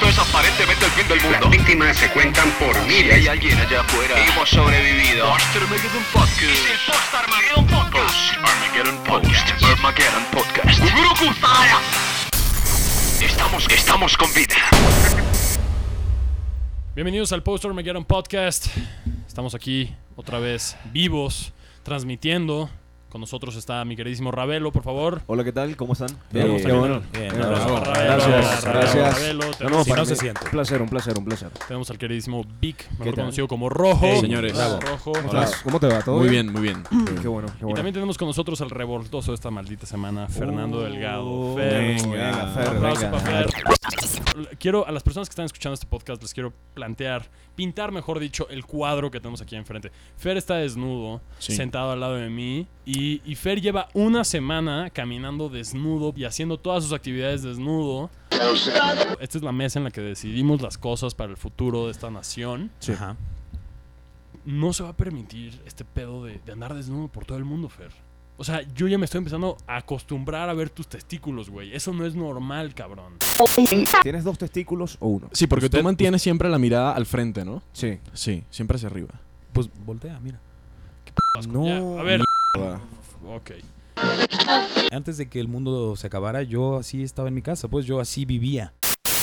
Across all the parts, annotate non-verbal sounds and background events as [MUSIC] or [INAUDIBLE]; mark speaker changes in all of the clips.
Speaker 1: Evidentemente el fin del mundo.
Speaker 2: Las víctimas se cuentan por
Speaker 1: Si
Speaker 2: miles.
Speaker 1: hay alguien allá afuera, hemos sobrevivido. Poster Armageddon Podcast. Es el Post Armageddon Podcast. Post Armageddon Podcast. Armageddon Podcast. Estamos, estamos con vida.
Speaker 3: Bienvenidos al Poster Armageddon Podcast. Estamos aquí otra vez vivos, transmitiendo. Con nosotros está mi queridísimo Ravelo, por favor.
Speaker 4: Hola, ¿qué tal? ¿Cómo están?
Speaker 5: Bien,
Speaker 4: Eh,
Speaker 5: qué bueno.
Speaker 4: Bien,
Speaker 5: Bien,
Speaker 4: bravo.
Speaker 5: bravo.
Speaker 3: Ravelo,
Speaker 4: Gracias,
Speaker 3: Ravelo,
Speaker 4: gracias.
Speaker 3: Ravelo,
Speaker 4: No,
Speaker 3: tenemos,
Speaker 4: no, para
Speaker 5: no
Speaker 4: mí,
Speaker 5: se siente.
Speaker 4: Un placer, un placer, un placer.
Speaker 3: tenemos al queridísimo Vic,
Speaker 4: ¿Qué
Speaker 3: mejor
Speaker 4: tal?
Speaker 3: conocido como Rojo.
Speaker 5: Hey, señores.
Speaker 3: Bravo.
Speaker 5: Bravo.
Speaker 3: Rojo.
Speaker 4: ¿Cómo estás? ¿Cómo te va? ¿Todo
Speaker 5: Muy bien, muy bien.
Speaker 4: Qué bueno, qué
Speaker 3: Y
Speaker 4: bueno.
Speaker 3: también tenemos con nosotros al revoltoso de esta maldita semana, Fernando Delgado. Fer.
Speaker 4: Oh, Venga, venga,
Speaker 3: Un
Speaker 4: Fer,
Speaker 3: aplauso
Speaker 4: venga.
Speaker 3: para Fer. Quiero, a las personas que están escuchando este podcast, les quiero plantear, pintar, mejor dicho, el cuadro que tenemos aquí enfrente. Fer está desnudo,
Speaker 5: Sí.
Speaker 3: sentado al lado de mí, y, y Fer lleva una semana caminando desnudo y haciendo todas sus actividades desnudo. Esta es la mesa en la que decidimos las cosas para el futuro de esta nación.
Speaker 4: Sí.
Speaker 5: Ajá.
Speaker 3: No se va a permitir este pedo de, de andar desnudo por todo el mundo, Fer. O sea, yo ya me estoy empezando a acostumbrar a ver tus testículos, güey. Eso no es normal, cabrón.
Speaker 4: ¿Tienes dos testículos o uno?
Speaker 5: Sí, porque tú mantienes siempre la mirada al frente, ¿no?
Speaker 4: Sí.
Speaker 5: Sí, siempre hacia arriba. Pues voltea, mira.
Speaker 3: Asco.
Speaker 4: No,
Speaker 3: Ya, a ver. Ok.
Speaker 6: Antes de que el mundo se acabara, yo así estaba en mi casa, pues yo así vivía.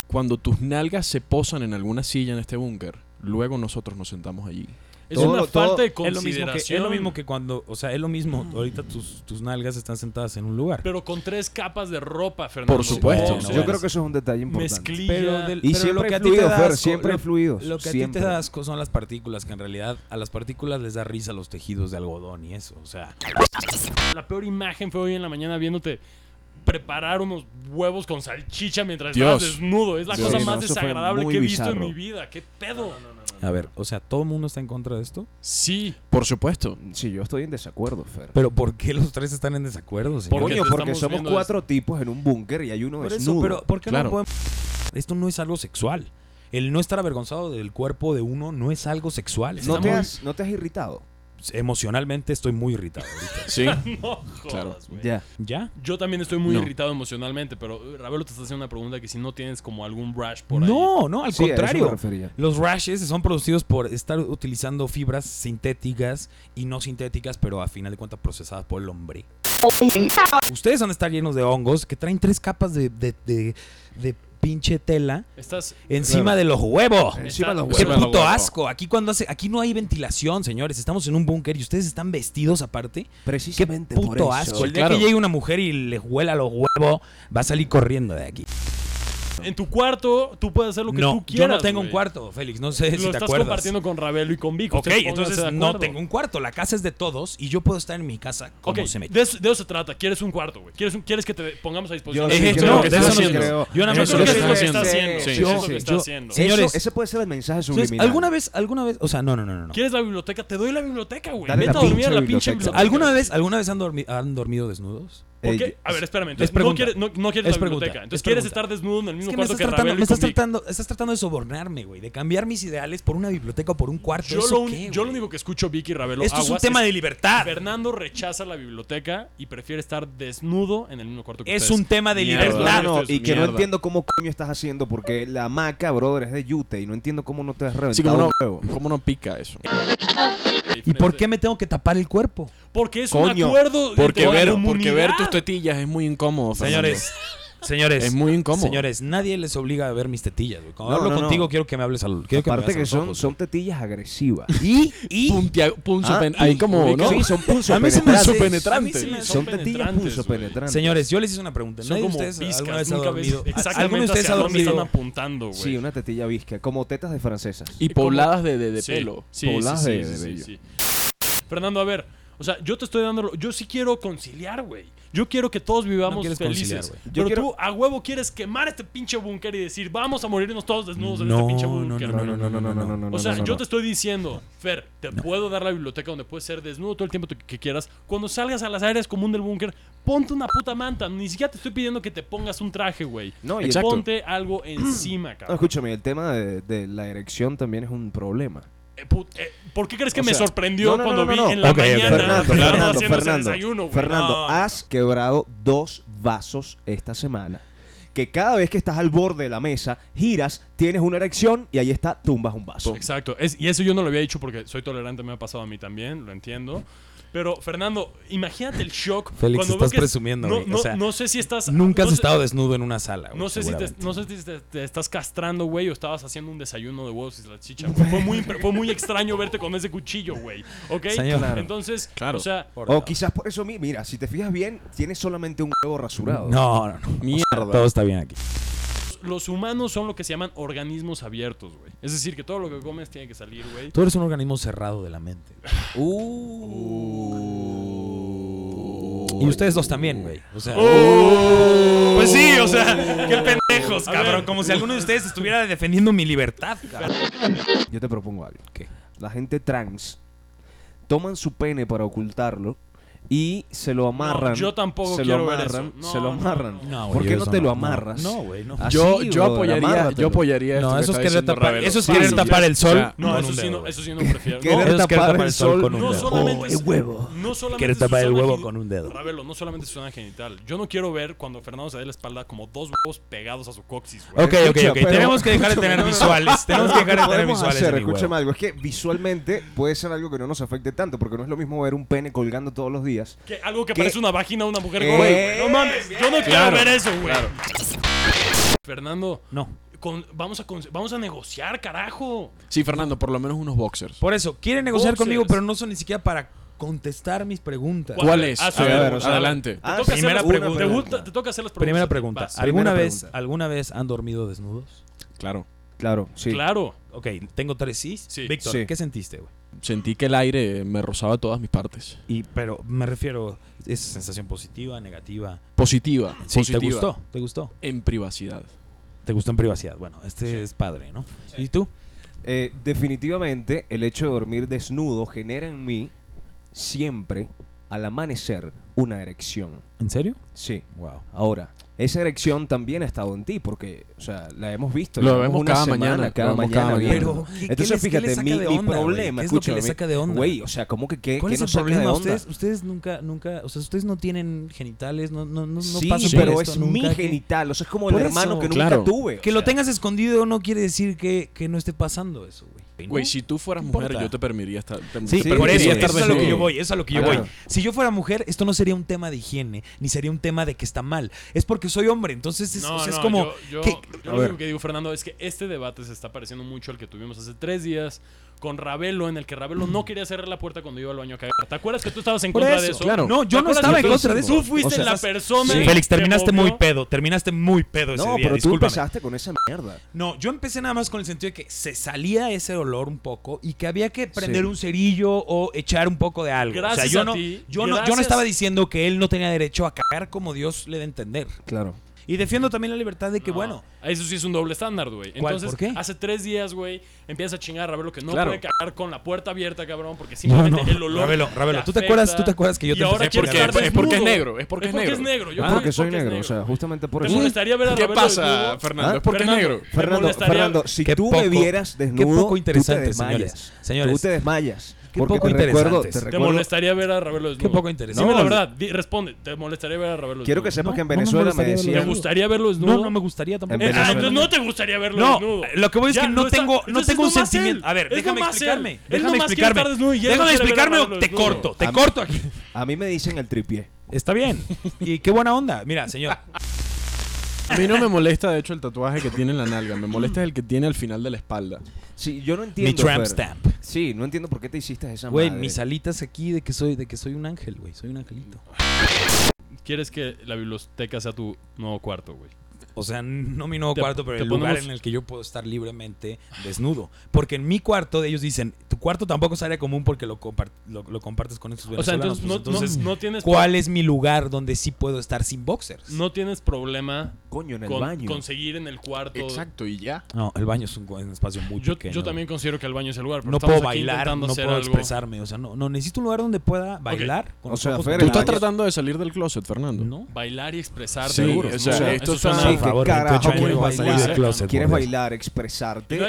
Speaker 5: Cuando tus nalgas se posan en alguna silla en este búnker, luego nosotros nos sentamos allí.
Speaker 3: Es
Speaker 4: Todo
Speaker 3: una
Speaker 4: lo-
Speaker 3: falta
Speaker 4: todo-
Speaker 3: de
Speaker 6: Es lo, mismo que,
Speaker 3: consideración.
Speaker 6: es lo mismo que cuando, o sea, es lo mismo. Ahorita tus, tus nalgas están sentadas en un lugar.
Speaker 3: Pero con tres capas de ropa, Fernando.
Speaker 5: Por supuesto.
Speaker 3: Boxers,
Speaker 6: No,
Speaker 4: Yo
Speaker 6: bueno.
Speaker 4: creo que eso es un detalle importante.
Speaker 3: Mezclilla.
Speaker 6: Pero del-
Speaker 4: Y
Speaker 6: pero
Speaker 4: siempre
Speaker 6: lo que a ti
Speaker 4: fluido,
Speaker 6: te da
Speaker 4: Fer,
Speaker 6: asco-
Speaker 4: siempre
Speaker 6: lo-
Speaker 4: fluidos,
Speaker 6: Lo que
Speaker 4: siempre.
Speaker 6: a ti te da asco son las partículas, que en realidad a las partículas les da risa los tejidos de algodón y eso. O sea,
Speaker 3: La peor imagen fue hoy en la mañana viéndote preparar unos huevos con salchicha mientras
Speaker 5: Dios.
Speaker 3: estabas desnudo. Es la
Speaker 5: Dios.
Speaker 3: cosa
Speaker 5: Sí,
Speaker 3: más
Speaker 4: no, eso fue
Speaker 3: desagradable
Speaker 4: muy
Speaker 3: que he visto en
Speaker 4: bizarro.
Speaker 3: mi vida. ¿Qué pedo?
Speaker 6: a ver, o sea, todo el mundo está en contra de esto.
Speaker 3: Sí.
Speaker 6: [LAUGHS]
Speaker 5: Por supuesto.
Speaker 4: Sí, yo estoy en desacuerdo, Fer.
Speaker 6: Pero ¿por qué los tres están en desacuerdo? señor?
Speaker 3: Porque
Speaker 4: Coño,
Speaker 3: te
Speaker 4: porque
Speaker 3: estamos
Speaker 4: somos
Speaker 3: viendo
Speaker 4: cuatro tipos en un búnker y hay uno
Speaker 6: Por
Speaker 4: desnudo.
Speaker 6: eso, pero ¿por qué
Speaker 5: Claro.
Speaker 6: no podemos- Esto no es algo sexual. El no estar avergonzado del cuerpo de uno no es algo sexual.
Speaker 4: ¿No, te
Speaker 6: Estamos-
Speaker 4: has, ¿No te has irritado?
Speaker 6: Emocionalmente estoy muy irritado. [LAUGHS] ahorita.
Speaker 4: [LAUGHS]
Speaker 5: Sí.
Speaker 3: No jodas,
Speaker 5: Claro.
Speaker 3: güey.
Speaker 4: Ya.
Speaker 6: ¿Ya?
Speaker 3: Yo también estoy muy
Speaker 5: No.
Speaker 3: irritado emocionalmente, pero eh, Ravelo te está haciendo una pregunta que si no tienes como algún brush por ahí.
Speaker 6: No, no, al
Speaker 4: Sí, a eso me
Speaker 6: contrario.
Speaker 4: refería.
Speaker 6: Los rashes son producidos por estar utilizando fibras sintéticas y no sintéticas, pero a final de cuentas procesadas por el hombre. Ustedes van a estar llenos de hongos que traen tres capas de, de- de- de pinche tela
Speaker 3: Estás.
Speaker 6: encima de los huevos.
Speaker 4: Encima
Speaker 3: estás-
Speaker 4: los
Speaker 6: Qué
Speaker 5: Encima de los
Speaker 6: puto
Speaker 5: huevos.
Speaker 6: asco. Aquí cuando hace, aquí no hay ventilación, señores. Estamos en un búnker y ustedes están vestidos aparte. Qué
Speaker 4: Precisamente por
Speaker 6: puto
Speaker 4: eso.
Speaker 6: asco. El día
Speaker 5: Claro.
Speaker 6: que llegue una mujer y le huela los huevos, va a salir corriendo de aquí.
Speaker 3: En tu cuarto, tú puedes hacer lo que
Speaker 6: no,
Speaker 3: tú quieras.
Speaker 6: yo no tengo un
Speaker 3: güey.
Speaker 6: cuarto, Félix. No sé
Speaker 3: Lo
Speaker 6: si te
Speaker 3: estás
Speaker 6: acuerdas.
Speaker 3: compartiendo con Ravelo y con Vic.
Speaker 6: Ok,
Speaker 3: Ustedes pónganse
Speaker 6: entonces
Speaker 3: de
Speaker 6: no
Speaker 3: acuerdo.
Speaker 6: tengo un cuarto. La casa es de todos y yo puedo estar en mi casa como
Speaker 3: Ok,
Speaker 6: se me
Speaker 3: de eso, de eso se trata. Quieres un cuarto, güey. ¿Quieres, un- quieres que te pongamos a disposición.
Speaker 4: Yo sí
Speaker 3: de
Speaker 6: Eh,
Speaker 4: creo
Speaker 6: no,
Speaker 4: que
Speaker 6: de
Speaker 4: sí
Speaker 6: eso no
Speaker 4: creo.
Speaker 6: entiendo. Yo nada más
Speaker 3: Eso
Speaker 6: creo
Speaker 3: es
Speaker 6: que
Speaker 3: lo que
Speaker 6: sí.
Speaker 3: está
Speaker 4: Sí,
Speaker 3: haciendo.
Speaker 5: sí,
Speaker 3: Eso es lo
Speaker 4: sí,
Speaker 3: que
Speaker 4: sí.
Speaker 3: está
Speaker 6: yo-
Speaker 3: haciendo.
Speaker 6: sí. Señores.
Speaker 4: Eso- ese puede ser el mensaje
Speaker 6: Entonces,
Speaker 4: subliminal.
Speaker 6: ¿Alguna vez, alguna vez, o sea, no, no, no, no, no.
Speaker 3: ¿Quieres la biblioteca? Te doy la biblioteca, güey.
Speaker 4: Dale
Speaker 3: Vete a
Speaker 4: la
Speaker 3: dormir a la
Speaker 4: pinche
Speaker 3: pinche biblioteca.
Speaker 4: biblioteca.
Speaker 6: ¿Alguna vez, alguna vez han, dormi- han dormido desnudos?
Speaker 3: ¿Por
Speaker 4: Eh,
Speaker 3: qué? A ver, espérame.
Speaker 6: es
Speaker 3: Entonces, no
Speaker 6: pregunta.
Speaker 3: quieres, no, no quieres
Speaker 6: Es
Speaker 3: la
Speaker 6: pregunta,
Speaker 3: biblioteca. Entonces,
Speaker 6: es
Speaker 3: quieres
Speaker 6: pregunta.
Speaker 3: estar desnudo en el
Speaker 6: Es
Speaker 3: mismo
Speaker 6: que me
Speaker 3: cuarto
Speaker 6: estás,
Speaker 3: que
Speaker 6: tratando,
Speaker 3: Ravelo
Speaker 6: me
Speaker 3: y con
Speaker 6: estás,
Speaker 3: Vic.
Speaker 6: tratando, estás tratando de sobornarme, güey, de cambiar mis ideales por una biblioteca o por un cuarto.
Speaker 3: Yo,
Speaker 6: ¿Eso
Speaker 3: lo, un-
Speaker 6: qué,
Speaker 3: yo lo
Speaker 6: güey?
Speaker 3: único que escucho Vicky Ravelo
Speaker 6: Esto es un
Speaker 3: aguas,
Speaker 6: tema de libertad.
Speaker 3: Fernando rechaza la biblioteca y prefiere estar desnudo en el mismo cuarto que
Speaker 6: Es
Speaker 3: ustedes.
Speaker 6: un tema de
Speaker 5: Mierda.
Speaker 6: libertad.
Speaker 4: No, no,
Speaker 3: Esto es
Speaker 4: y que
Speaker 5: mierda.
Speaker 4: no entiendo cómo coño estás haciendo porque la maca, brother, es de Yute y no entiendo cómo no te has reventado.
Speaker 5: Sí, como no,
Speaker 4: un huevo.
Speaker 5: cómo no pica eso.
Speaker 6: ¿Y por qué me tengo que tapar el cuerpo?
Speaker 3: Porque es
Speaker 4: Coño,
Speaker 3: un acuerdo de
Speaker 5: Porque
Speaker 3: toda la
Speaker 5: ver, porque ver
Speaker 3: comunidad.
Speaker 5: tus tetillas es muy incómodo, Fernando.
Speaker 6: Señores, señores.
Speaker 5: Es muy incómodo.
Speaker 6: Señores, nadie les obliga a ver mis tetillas, güey. Cuando
Speaker 4: No,
Speaker 6: hablo
Speaker 4: no, no.
Speaker 6: contigo, quiero que me hables al. Quiero que me
Speaker 4: Aparte
Speaker 6: veas a
Speaker 4: que
Speaker 6: los
Speaker 4: son,
Speaker 6: ojos,
Speaker 4: son
Speaker 5: [LAUGHS]
Speaker 4: tetillas agresivas.
Speaker 6: güey. Y, y.
Speaker 5: Puntia- punzo
Speaker 4: Ah,
Speaker 5: pen- ahí como, ¿no?
Speaker 4: Sí, son punzo
Speaker 5: A mí se me hace
Speaker 6: a mí se
Speaker 5: penetrante.
Speaker 6: me hace-
Speaker 4: Son tetillas punzo
Speaker 3: penetrantes, güey.
Speaker 4: penetrantes.
Speaker 6: Señores, yo les hice una pregunta.
Speaker 3: Son
Speaker 6: ¿Nadie de
Speaker 3: como
Speaker 6: ustedes alguna
Speaker 3: viscas,
Speaker 6: vez ha
Speaker 3: nunca ves
Speaker 6: dormido? ¿Alguno de
Speaker 3: exactamente
Speaker 6: ustedes
Speaker 3: hacia
Speaker 6: ha
Speaker 3: dónde están
Speaker 6: dormido?
Speaker 3: apuntando, güey.
Speaker 4: Sí, una tetilla visca, como tetas de francesas.
Speaker 3: [LAUGHS]
Speaker 5: Y pobladas de, de, de
Speaker 3: Sí,
Speaker 5: pelo.
Speaker 3: Sí,
Speaker 4: Pobladas
Speaker 3: sí,
Speaker 4: de-
Speaker 3: sí,
Speaker 4: de
Speaker 3: sí,
Speaker 4: vello.
Speaker 3: sí. Fernando, a ver, o sea, yo te estoy dando, lo- yo sí quiero conciliar, güey. Yo quiero que todos
Speaker 6: No
Speaker 3: vivamos
Speaker 6: quieres
Speaker 3: felices.
Speaker 6: conciliar, güey.
Speaker 3: pero
Speaker 4: Yo quiero-
Speaker 3: tú a huevo quieres quemar este pinche búnker y decir, vamos a morirnos todos desnudos en este
Speaker 6: No,
Speaker 3: pinche
Speaker 6: no,
Speaker 3: búnker.
Speaker 6: no, no, no,
Speaker 3: o sea, yo te estoy diciendo, Fer, te puedo dar la biblioteca donde puedes ser desnudo todo el tiempo que- que quieras. Cuando salgas a las áreas común del búnker, ponte una puta manta. Ni siquiera te estoy pidiendo que te pongas un traje, güey. Eh,
Speaker 4: No, y el-
Speaker 5: Exacto.
Speaker 3: Ponte algo
Speaker 6: [CLEARS THROAT]
Speaker 3: encima,
Speaker 4: No,
Speaker 3: cabrón.
Speaker 4: escúchame, el tema de, de la erección también es un problema.
Speaker 3: Eh, put- eh, ¿Por qué crees que
Speaker 4: O
Speaker 3: me
Speaker 4: sea,
Speaker 3: sorprendió
Speaker 4: no, no,
Speaker 3: cuando
Speaker 4: no, no,
Speaker 3: vi
Speaker 4: no.
Speaker 3: en la
Speaker 6: Ok, ok.
Speaker 3: mañana
Speaker 4: Fernando,
Speaker 3: a Fernando
Speaker 4: Fernando,
Speaker 3: haciendo ese
Speaker 4: Fernando,
Speaker 6: ah,
Speaker 3: desayuno, güey?
Speaker 4: Fernando,
Speaker 3: No.
Speaker 4: has quebrado dos vasos esta semana. que cada vez que estás al borde de la mesa, giras, tienes una erección y ahí está, tumbas un vaso.
Speaker 3: Exacto. Es- y eso yo no lo había dicho porque soy tolerante, me ha pasado a mí también, lo entiendo. Pero, Fernando, imagínate el shock.
Speaker 6: Félix,
Speaker 3: cuando
Speaker 6: estás
Speaker 3: ves que-
Speaker 6: presumiendo,
Speaker 3: no,
Speaker 6: güey. O
Speaker 3: no-
Speaker 6: sea,
Speaker 3: no sé si estás.
Speaker 6: Nunca has
Speaker 3: no sé-
Speaker 6: estado desnudo en una sala. güey,
Speaker 3: No sé si, te,
Speaker 6: seguramente.
Speaker 3: no sé si te, te estás castrando, güey, o estabas haciendo un desayuno de huevos y la chicha. güey. Fue muy, impre- fue muy extraño verte con ese cuchillo, güey. ¿Ok?
Speaker 6: Señor. Claro.
Speaker 3: Entonces,
Speaker 5: Claro.
Speaker 3: o sea,
Speaker 4: O quizás por eso, mi- mira, si te fijas bien, tienes solamente un huevo rasurado.
Speaker 6: No, no, no.
Speaker 5: Mierda.
Speaker 6: Todo está bien aquí.
Speaker 3: los humanos son lo que se llaman organismos abiertos, güey. Es decir, que todo lo que comes tiene que salir, güey.
Speaker 6: Tú eres un organismo cerrado de
Speaker 4: [LAUGHS]
Speaker 6: la mente.
Speaker 4: Uh.
Speaker 6: Y ustedes dos también, güey. O sea,
Speaker 3: Uh. Pues sí, o sea, qué pendejos,
Speaker 6: cabrón, como si alguno de ustedes estuviera defendiendo mi libertad, cabrón.
Speaker 4: Yo te propongo algo.
Speaker 6: ¿Qué?
Speaker 4: La gente trans toman su pene para ocultarlo y se lo amarran.
Speaker 3: yo tampoco
Speaker 4: se
Speaker 3: quiero
Speaker 4: lo
Speaker 3: ver
Speaker 4: amarran,
Speaker 3: eso. No,
Speaker 4: se lo
Speaker 3: no,
Speaker 4: amarran.
Speaker 6: no, no.
Speaker 4: ¿Por
Speaker 6: No,
Speaker 4: qué
Speaker 6: yo
Speaker 4: no
Speaker 6: eso
Speaker 4: te lo
Speaker 6: no,
Speaker 4: amarras? Ah,
Speaker 6: no, güey, no.
Speaker 4: Así,
Speaker 5: Yo, yo
Speaker 4: brother,
Speaker 5: apoyaría,
Speaker 4: amárratelo.
Speaker 5: yo apoyaría esto
Speaker 6: No,
Speaker 5: que
Speaker 6: eso es
Speaker 5: está
Speaker 6: querer
Speaker 5: diciendo
Speaker 6: tapar,
Speaker 5: Ravelo.
Speaker 6: eso es
Speaker 5: Sí,
Speaker 6: querer
Speaker 5: sí,
Speaker 6: tapar
Speaker 5: sí.
Speaker 6: el
Speaker 5: O
Speaker 6: sol.
Speaker 5: sea,
Speaker 3: No,
Speaker 6: con
Speaker 3: eso
Speaker 6: un
Speaker 3: sí
Speaker 6: dedo,
Speaker 3: no,
Speaker 6: güey.
Speaker 3: eso sí no prefiero. No,
Speaker 4: Querer
Speaker 6: No, es
Speaker 4: tapar el sol con un
Speaker 3: no
Speaker 4: dedo.
Speaker 3: solamente
Speaker 6: Oh,
Speaker 3: es-
Speaker 6: el huevo.
Speaker 3: No solamente
Speaker 6: Quieres
Speaker 3: es
Speaker 6: tapar el
Speaker 3: su zona
Speaker 6: huevo
Speaker 3: geni-
Speaker 6: con un dedo.
Speaker 3: Ravelo, no solamente es su zona genital. Yo no quiero ver cuando Fernando se dé la espalda como dos huevos pegados a su coxis, güey.
Speaker 6: Ok, ok,
Speaker 4: Escucha,
Speaker 6: ok.
Speaker 4: pero-
Speaker 6: Tenemos que dejar de tener visuales. Tenemos que dejar de tener
Speaker 4: podemos
Speaker 6: visuales. de
Speaker 4: hacer,
Speaker 6: mi huevo.
Speaker 4: escúchame algo, es que visualmente puede ser algo que no nos afecte tanto, porque no es lo mismo ver un pene colgando todos los días.
Speaker 3: Que algo que
Speaker 4: ¿Qué?
Speaker 3: parece una vagina de una mujer
Speaker 4: Eh,
Speaker 3: gorda, güey. No mames, yo no quiero
Speaker 5: Claro,
Speaker 3: ver eso, güey. Fernando,
Speaker 6: No.
Speaker 3: con- vamos, a, con- vamos a negociar, carajo.
Speaker 5: Sí, Fernando, por lo menos unos boxers.
Speaker 6: Por eso, quieren negociar
Speaker 3: Boxers.
Speaker 6: conmigo, pero no son ni siquiera para contestar mis preguntas.
Speaker 5: ¿Cuál es?
Speaker 3: Ah, sí,
Speaker 5: A ver,
Speaker 3: a ver, o sea,
Speaker 5: adelante.
Speaker 4: Ah,
Speaker 3: te toca
Speaker 6: primera
Speaker 3: hacer las
Speaker 6: pregunta.
Speaker 3: Te, gusta- te toca hacer las preguntas.
Speaker 6: Primera
Speaker 3: a ti,
Speaker 6: pregunta.
Speaker 3: vas.
Speaker 6: ¿Alguna
Speaker 4: Primera
Speaker 6: vez,
Speaker 4: pregunta.
Speaker 6: ¿Alguna vez han dormido desnudos?
Speaker 5: Claro.
Speaker 4: Claro, sí.
Speaker 3: Claro.
Speaker 6: Ok, tengo tres sí.
Speaker 3: Sí.
Speaker 6: Víctor,
Speaker 4: Sí.
Speaker 6: ¿qué sentiste, güey?
Speaker 5: Sentí que el aire me rozaba todas mis partes.
Speaker 6: Y, pero me refiero, ¿es sensación positiva, negativa?
Speaker 5: Positiva.
Speaker 6: Sí,
Speaker 5: positiva.
Speaker 6: ¿te gustó? ¿Te gustó?
Speaker 5: En privacidad.
Speaker 6: ¿Te gustó en privacidad? Bueno, este es padre, ¿no? ¿Y tú?
Speaker 4: Eh, definitivamente, el hecho de dormir desnudo genera en mí siempre, al amanecer, una erección.
Speaker 6: ¿En serio?
Speaker 4: Sí.
Speaker 6: Wow.
Speaker 4: Ahora, esa erección también ha estado en ti, porque, o sea, la hemos visto.
Speaker 5: Lo
Speaker 4: llevamos
Speaker 5: vemos
Speaker 4: una
Speaker 5: cada
Speaker 4: semana,
Speaker 5: mañana,
Speaker 4: Cada
Speaker 5: lo vemos
Speaker 4: mañana.
Speaker 5: cada
Speaker 4: viendo.
Speaker 6: mañana. Pero, ¿qué- qué
Speaker 4: Entonces,
Speaker 6: les- qué
Speaker 4: fíjate,
Speaker 6: les saca
Speaker 4: mi,
Speaker 6: de
Speaker 4: mi
Speaker 6: onda, güey?
Speaker 4: problema,
Speaker 6: ¿Qué es lo que
Speaker 4: escúchame,
Speaker 6: les saca de onda?
Speaker 4: Güey, o sea, ¿cómo que qué?
Speaker 6: ¿Cuál
Speaker 4: qué
Speaker 6: es el
Speaker 4: nos saca de
Speaker 6: problema?
Speaker 4: onda?
Speaker 6: Ustedes, ustedes nunca, nunca, o sea, ustedes no tienen genitales, no, no, no, no
Speaker 4: sí,
Speaker 6: pasan por
Speaker 4: pero
Speaker 6: esto
Speaker 4: es
Speaker 6: nunca,
Speaker 4: mi
Speaker 6: que-
Speaker 4: genital, o sea, es como
Speaker 6: Por
Speaker 4: el hermano
Speaker 6: eso,
Speaker 4: que nunca
Speaker 5: claro.
Speaker 4: tuve. o
Speaker 6: Que lo
Speaker 4: sea,
Speaker 6: tengas escondido no quiere decir que, que no esté pasando eso, güey.
Speaker 5: Güey,
Speaker 6: ¿No?
Speaker 5: si tú fueras
Speaker 6: No
Speaker 5: mujer,
Speaker 6: importa.
Speaker 5: yo te permitiría estar. te-
Speaker 6: Sí,
Speaker 5: te
Speaker 4: pero
Speaker 6: por
Speaker 5: permitiría
Speaker 6: eso,
Speaker 4: sí,
Speaker 6: eso
Speaker 5: estar
Speaker 6: es a lo que yo
Speaker 5: desnudo.
Speaker 6: voy, eso es a lo que yo
Speaker 4: Claro.
Speaker 6: voy. Si yo fuera mujer, esto no sería un tema de higiene, ni sería un tema de que está mal. Es porque soy hombre, entonces es,
Speaker 3: No,
Speaker 6: o sea, es
Speaker 3: no,
Speaker 6: como...
Speaker 3: Yo, yo-
Speaker 6: ¿qué?
Speaker 3: yo
Speaker 4: A
Speaker 3: lo
Speaker 4: ver.
Speaker 3: único que digo, Fernando, es que este debate se está pareciendo mucho al que tuvimos hace tres días con Ravelo, en el que Ravelo no quería cerrar la puerta cuando iba al baño a cagar. ¿Te acuerdas que tú estabas en
Speaker 5: Por
Speaker 3: contra de
Speaker 5: eso,
Speaker 3: eso?
Speaker 5: claro.
Speaker 6: No, yo
Speaker 3: ¿Te
Speaker 6: no
Speaker 3: acuerdas
Speaker 6: estaba
Speaker 3: que
Speaker 6: en
Speaker 3: tú-
Speaker 6: contra de eso.
Speaker 3: Tú fuiste
Speaker 4: O sea,
Speaker 3: la persona.
Speaker 6: Sí.
Speaker 3: que
Speaker 6: Félix, terminaste
Speaker 3: movió.
Speaker 6: muy pedo, terminaste muy pedo ese
Speaker 4: No,
Speaker 6: día,
Speaker 4: pero tú
Speaker 6: discúlpame.
Speaker 4: empezaste con esa mierda.
Speaker 6: No, yo empecé nada más con el sentido de que se salía ese olor un poco y que había que prender
Speaker 4: Sí.
Speaker 6: un cerillo o echar un poco de algo. o sea,
Speaker 3: Gracias
Speaker 6: yo
Speaker 3: a
Speaker 6: no,
Speaker 3: ti,
Speaker 6: yo no, yo
Speaker 3: gracias.
Speaker 6: no estaba diciendo que él no tenía derecho a cagar como Dios le da a entender.
Speaker 4: Claro.
Speaker 6: Y defiendo también la libertad de que, bueno,
Speaker 3: Ah, Eso sí es un doble estándar, güey. Entonces,
Speaker 6: ¿Por qué?
Speaker 3: hace tres días, güey, empiezas a chingar a Ravelo que no
Speaker 5: Claro.
Speaker 3: puede cagar con la puerta abierta, cabrón, porque simplemente
Speaker 6: no.
Speaker 3: el olor.
Speaker 6: Ravelo,
Speaker 3: te
Speaker 6: Ravelo, ¿tú te
Speaker 3: afecta.
Speaker 6: acuerdas- tú te acuerdas que yo
Speaker 3: Y
Speaker 6: te
Speaker 3: ahora
Speaker 6: empecé a
Speaker 3: quieres
Speaker 6: pelear?
Speaker 3: estar
Speaker 5: Es porque es
Speaker 3: desnudo.
Speaker 5: negro, es porque es negro.
Speaker 3: Yo
Speaker 4: Ah,
Speaker 3: creo
Speaker 4: porque
Speaker 3: es
Speaker 4: soy
Speaker 3: porque es
Speaker 4: negro, o sea, justamente por
Speaker 3: ¿Te
Speaker 4: eso.
Speaker 3: molestaría ver a
Speaker 5: ¿Qué
Speaker 3: Ravelo
Speaker 5: pasa,
Speaker 3: desnudo?
Speaker 5: Fernando?
Speaker 4: ¿Ah?
Speaker 5: Es porque es
Speaker 3: Fernando,
Speaker 5: negro.
Speaker 3: te
Speaker 4: Fernando,
Speaker 3: molestaría-
Speaker 4: Fernando, si
Speaker 6: Qué
Speaker 4: tú
Speaker 6: poco-
Speaker 4: me vieras
Speaker 6: qué
Speaker 4: desnudo,
Speaker 6: poco interesante,
Speaker 4: tú te desmayas.
Speaker 6: señores. Señores.
Speaker 4: Tú te desmayas.
Speaker 6: Qué
Speaker 4: Porque
Speaker 6: poco este
Speaker 4: te recuerdo,
Speaker 6: interesantes.
Speaker 4: te
Speaker 6: Te
Speaker 3: ¿Te
Speaker 4: recuerdo-
Speaker 3: molestaría ver a Ravelo desnudo?
Speaker 6: Qué poco interesante.
Speaker 3: Dime la
Speaker 4: No.
Speaker 3: verdad, di- responde. ¿Te molestaría ver a Ravelo desnudo?
Speaker 4: Quiero que sepas
Speaker 6: No,
Speaker 4: que en
Speaker 6: no me
Speaker 4: Venezuela me
Speaker 6: molestaría
Speaker 3: ¿Te
Speaker 4: decían...
Speaker 6: verlo.
Speaker 3: gustaría verlo desnudo?
Speaker 6: Pues no, no me gustaría tampoco.
Speaker 4: En
Speaker 3: Eh, ah,
Speaker 4: Venezuela.
Speaker 3: entonces no te gustaría verlo
Speaker 6: No,
Speaker 3: desnudo.
Speaker 6: lo que voy es que no
Speaker 3: está-
Speaker 6: tengo- no
Speaker 3: entonces
Speaker 6: tengo
Speaker 3: es
Speaker 6: un
Speaker 3: nomás
Speaker 6: sentimiento.
Speaker 3: él.
Speaker 6: A ver,
Speaker 3: Es
Speaker 6: déjame
Speaker 3: nomás él.
Speaker 6: explicarme,
Speaker 3: Él
Speaker 6: déjame
Speaker 3: nomás quiere
Speaker 6: explicarme.
Speaker 3: estar desnudo y él
Speaker 6: Déjame
Speaker 3: no quiere ver a
Speaker 6: explicarme o
Speaker 3: Ravelo
Speaker 6: te
Speaker 3: desnudo.
Speaker 6: corto, te
Speaker 4: A mí-
Speaker 6: corto aquí.
Speaker 4: A mí me dicen el tripié.
Speaker 6: Está bien. Y qué buena onda.
Speaker 3: [LAUGHS]
Speaker 6: Mira, señor.
Speaker 5: A mí no me molesta, de hecho, el tatuaje que tiene en la nalga. Me molesta el que tiene al final de la espalda.
Speaker 4: Sí, yo no entiendo,
Speaker 6: mi tramp
Speaker 4: Fer.
Speaker 6: stamp.
Speaker 4: Sí, no entiendo por qué te hiciste esa
Speaker 6: Güey,
Speaker 4: madre.
Speaker 6: mis alitas aquí de que soy, de que soy un ángel, güey. Soy un angelito.
Speaker 3: ¿Quieres que la biblioteca sea tu nuevo cuarto, güey?
Speaker 6: O sea, no mi nuevo
Speaker 3: Te-
Speaker 6: cuarto, pero
Speaker 3: te
Speaker 6: el lugar
Speaker 3: ponemos-
Speaker 6: en el que yo puedo estar libremente desnudo. Porque en mi cuarto, ellos dicen, tu cuarto tampoco es área común porque lo, compar- lo, lo compartes con esos
Speaker 3: O sea,
Speaker 6: venezolanos.
Speaker 3: entonces,
Speaker 6: Pues,
Speaker 3: no, no- no tienes
Speaker 6: ¿cuál es mi lugar donde sí puedo estar sin boxers?
Speaker 3: no tienes problema
Speaker 4: Coño, en el
Speaker 3: con-
Speaker 4: baño.
Speaker 3: conseguir en el cuarto.
Speaker 5: Exacto, y ya.
Speaker 6: No, el baño es un, cu- un espacio muy
Speaker 3: Yo,
Speaker 6: pequeño.
Speaker 3: yo también considero que el baño es el lugar. Pero
Speaker 6: No
Speaker 3: estamos
Speaker 6: puedo
Speaker 3: aquí
Speaker 6: bailar,
Speaker 3: intentando
Speaker 6: no
Speaker 3: hacer
Speaker 6: puedo
Speaker 3: algo.
Speaker 6: expresarme. O sea, no, no necesito un lugar donde pueda bailar. con
Speaker 4: O
Speaker 6: los
Speaker 4: sea,
Speaker 6: ojos
Speaker 4: Fer,
Speaker 5: Tú
Speaker 4: el
Speaker 5: estás
Speaker 6: cerrados.
Speaker 4: baño-
Speaker 5: tratando de salir del closet, Fernando.
Speaker 6: No.
Speaker 3: Bailar y expresarte.
Speaker 5: Sí,
Speaker 3: Seguro,
Speaker 5: o sea,
Speaker 3: ¿no?
Speaker 5: esto
Speaker 3: Eso suena-
Speaker 5: está-
Speaker 4: Sí,
Speaker 5: Por
Speaker 4: que
Speaker 6: favor,
Speaker 4: carajo
Speaker 6: muchacho,
Speaker 4: quieres
Speaker 6: quiero
Speaker 4: bailar?
Speaker 6: salir del closet,
Speaker 4: ¿Quieres
Speaker 6: brother.
Speaker 4: bailar,
Speaker 3: Y no hay-
Speaker 4: expresarte?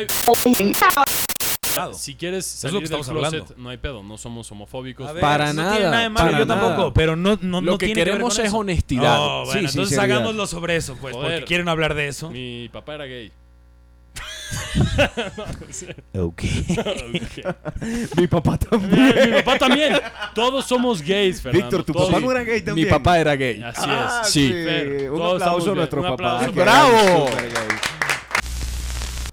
Speaker 6: lado.
Speaker 3: Si quieres
Speaker 6: lo
Speaker 3: salir
Speaker 6: que
Speaker 3: del
Speaker 6: estamos
Speaker 3: closet,
Speaker 6: hablando.
Speaker 3: no hay pedo. No somos homofóbicos.
Speaker 6: A ver,
Speaker 5: Para
Speaker 6: no
Speaker 5: nada,
Speaker 6: tiene de malo,
Speaker 5: para
Speaker 6: yo
Speaker 5: nada.
Speaker 6: tampoco, pero no, no,
Speaker 5: Lo
Speaker 6: no
Speaker 5: que
Speaker 6: tiene ver
Speaker 5: queremos
Speaker 6: con
Speaker 5: es
Speaker 6: eso.
Speaker 5: honestidad.
Speaker 6: Oh, bueno,
Speaker 5: Sí, sí,
Speaker 6: entonces
Speaker 5: seriedad.
Speaker 6: hagámoslo sobre eso, pues,
Speaker 3: Joder.
Speaker 6: porque quieren hablar de eso.
Speaker 3: Mi papá era gay. [LAUGHS]
Speaker 6: [LAUGHS] Ok.
Speaker 4: Mi papá también.
Speaker 3: Mi papá también. Todos somos gays, Fernando.
Speaker 4: Víctor, tu
Speaker 3: Todos-
Speaker 4: papá no era gay
Speaker 5: Mi
Speaker 4: también.
Speaker 5: papá era gay.
Speaker 3: Así
Speaker 4: Ah,
Speaker 3: es.
Speaker 5: sí.
Speaker 3: Fer, todos
Speaker 4: Un aplauso a
Speaker 3: estamos
Speaker 4: nuestro
Speaker 3: bien. Un
Speaker 4: papá. Ah,
Speaker 3: aplauso
Speaker 4: que
Speaker 3: para-
Speaker 4: era
Speaker 5: ¡Bravo!
Speaker 4: súper gay.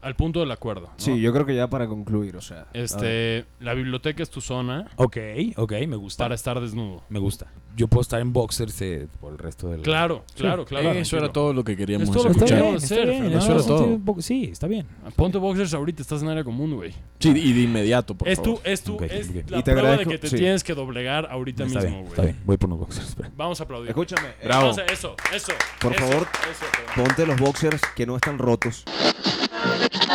Speaker 3: Al punto del acuerdo. ¿no?
Speaker 4: Sí, yo creo que ya para concluir, o sea. a ver.
Speaker 3: Este, la biblioteca es tu zona
Speaker 6: Ok, ok, me gusta.
Speaker 3: para estar desnudo.
Speaker 6: Me gusta. Yo puedo estar en boxers eh, por el resto del
Speaker 3: Claro, claro, claro.
Speaker 5: Eso
Speaker 3: tranquilo.
Speaker 5: era todo lo que queríamos
Speaker 3: Es todo lo que
Speaker 5: escuchar.
Speaker 3: queríamos. Está bien,
Speaker 5: eso era todo.
Speaker 6: Sí, está bien.
Speaker 3: Ponte boxers ahorita, estás en área común, güey.
Speaker 5: Sí, y de inmediato, por
Speaker 3: Es tu,
Speaker 5: favor.
Speaker 3: es tu,
Speaker 6: Ok,
Speaker 3: es
Speaker 6: ok.
Speaker 3: la
Speaker 4: Y te
Speaker 3: prueba
Speaker 4: agradezco-
Speaker 3: de que te
Speaker 4: sí.
Speaker 3: tienes que doblegar ahorita
Speaker 6: está,
Speaker 3: mismo,
Speaker 6: bien está
Speaker 3: güey.
Speaker 6: bien, voy por unos boxers. espera.
Speaker 3: Vamos a aplaudir.
Speaker 4: Escúchame, eh,
Speaker 5: Bravo.
Speaker 3: Entonces, eso, eso.
Speaker 4: Por
Speaker 3: eso,
Speaker 4: favor.
Speaker 3: eso, Fernando.
Speaker 4: ponte los boxers que no están rotos.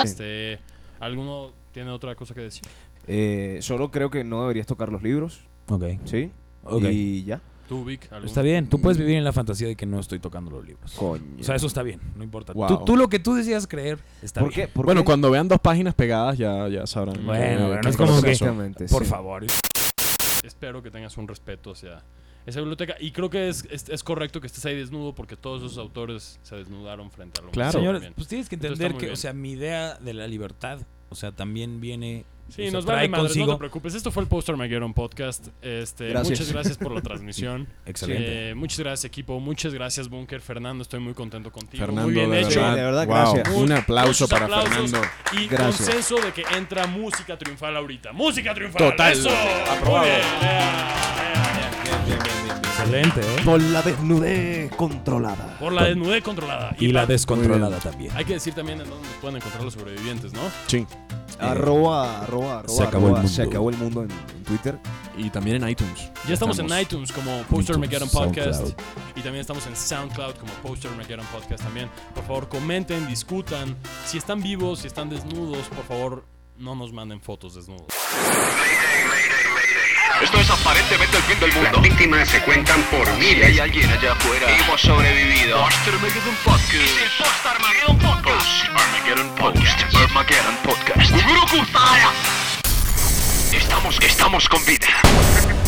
Speaker 3: Este, ¿alguno tiene otra cosa que decir?
Speaker 4: Eh, solo creo que no deberías tocar los libros,
Speaker 6: Ok.
Speaker 4: ¿sí?
Speaker 6: Ok.
Speaker 4: Y ya.
Speaker 3: Tú, Vic, ¿algún?
Speaker 6: Está bien, tú puedes vivir en la fantasía de que no estoy tocando los libros.
Speaker 4: Coño.
Speaker 6: O sea, eso está bien, no importa.
Speaker 5: Wow.
Speaker 6: Tú, tú lo que tú decías creer está
Speaker 4: ¿Por
Speaker 6: bien.
Speaker 4: qué? ¿Por
Speaker 5: Bueno,
Speaker 4: qué?
Speaker 5: cuando vean dos páginas pegadas ya, ya sabrán.
Speaker 6: Bueno,
Speaker 5: eh,
Speaker 6: pero no
Speaker 5: qué
Speaker 6: es como
Speaker 5: cosa
Speaker 6: que-
Speaker 5: pasó.
Speaker 4: Exactamente,
Speaker 6: Por
Speaker 4: sí.
Speaker 6: favor.
Speaker 3: Espero que tengas un respeto hacia esa biblioteca. Y creo que es, es, es correcto que estés ahí desnudo porque todos esos autores se desnudaron frente a lo
Speaker 5: Claro.
Speaker 3: homosexual
Speaker 6: Señores,
Speaker 3: también.
Speaker 6: pues tienes que
Speaker 3: Entonces
Speaker 6: entender
Speaker 3: está muy
Speaker 6: que, o
Speaker 3: bien.
Speaker 6: sea, mi idea de la libertad, o sea, también viene.
Speaker 3: Sí,
Speaker 6: o sea,
Speaker 3: nos
Speaker 6: trae
Speaker 3: vale madre, no te
Speaker 6: consigo.
Speaker 3: preocupes. Esto fue el Poster Magueron Podcast. Este,
Speaker 4: Gracias.
Speaker 3: Muchas gracias por la transmisión.
Speaker 6: Excelente.
Speaker 3: Eh, muchas gracias, equipo. Muchas gracias, Bunker. Fernando, estoy muy contento contigo.
Speaker 5: Fernando,
Speaker 3: muy bien
Speaker 5: de
Speaker 3: hecho.
Speaker 5: verdad,
Speaker 4: Sí, de verdad,
Speaker 5: wow.
Speaker 4: gracias.
Speaker 5: Un aplauso
Speaker 3: Muchos
Speaker 5: para
Speaker 3: aplausos
Speaker 5: Fernando.
Speaker 3: Y
Speaker 4: Gracias.
Speaker 3: consenso de que entra música triunfal ahorita. ¡Música triunfal!
Speaker 5: Total.
Speaker 3: ¡Eso!
Speaker 5: Aprobado.
Speaker 3: Muy bien. Ea, ea.
Speaker 6: Excelente, ¿eh?
Speaker 4: Por la desnudez controlada.
Speaker 3: Por la desnudez controlada.
Speaker 6: Y la
Speaker 3: pa-
Speaker 6: descontrolada también.
Speaker 3: Hay que decir también en dónde nos pueden encontrar los sobrevivientes, ¿no?
Speaker 5: Sí.
Speaker 4: Arroba, arroba, arroba.
Speaker 6: se acabó el
Speaker 4: arroba, se
Speaker 6: mundo.
Speaker 4: acabó el mundo en, en Twitter.
Speaker 5: Y también en iTunes.
Speaker 3: Ya estamos, en iTunes como Poster
Speaker 6: iTunes,
Speaker 3: Mageddon Podcast
Speaker 6: SoundCloud.
Speaker 3: y también estamos en SoundCloud como Poster Mageddon Podcast también. Por favor, comenten, discutan. Si están vivos, si están desnudos, por favor, no nos manden fotos desnudos.
Speaker 1: Esto es aparentemente el fin del mundo. Las víctimas se cuentan por miles. hay alguien allá afuera. Hemos sobrevivido. Post Armageddon Podcast. Es el Post Armageddon Podcast. Post Armageddon Podcast. Armageddon Podcast. Guguruku, zaya. Estamos, estamos con vida.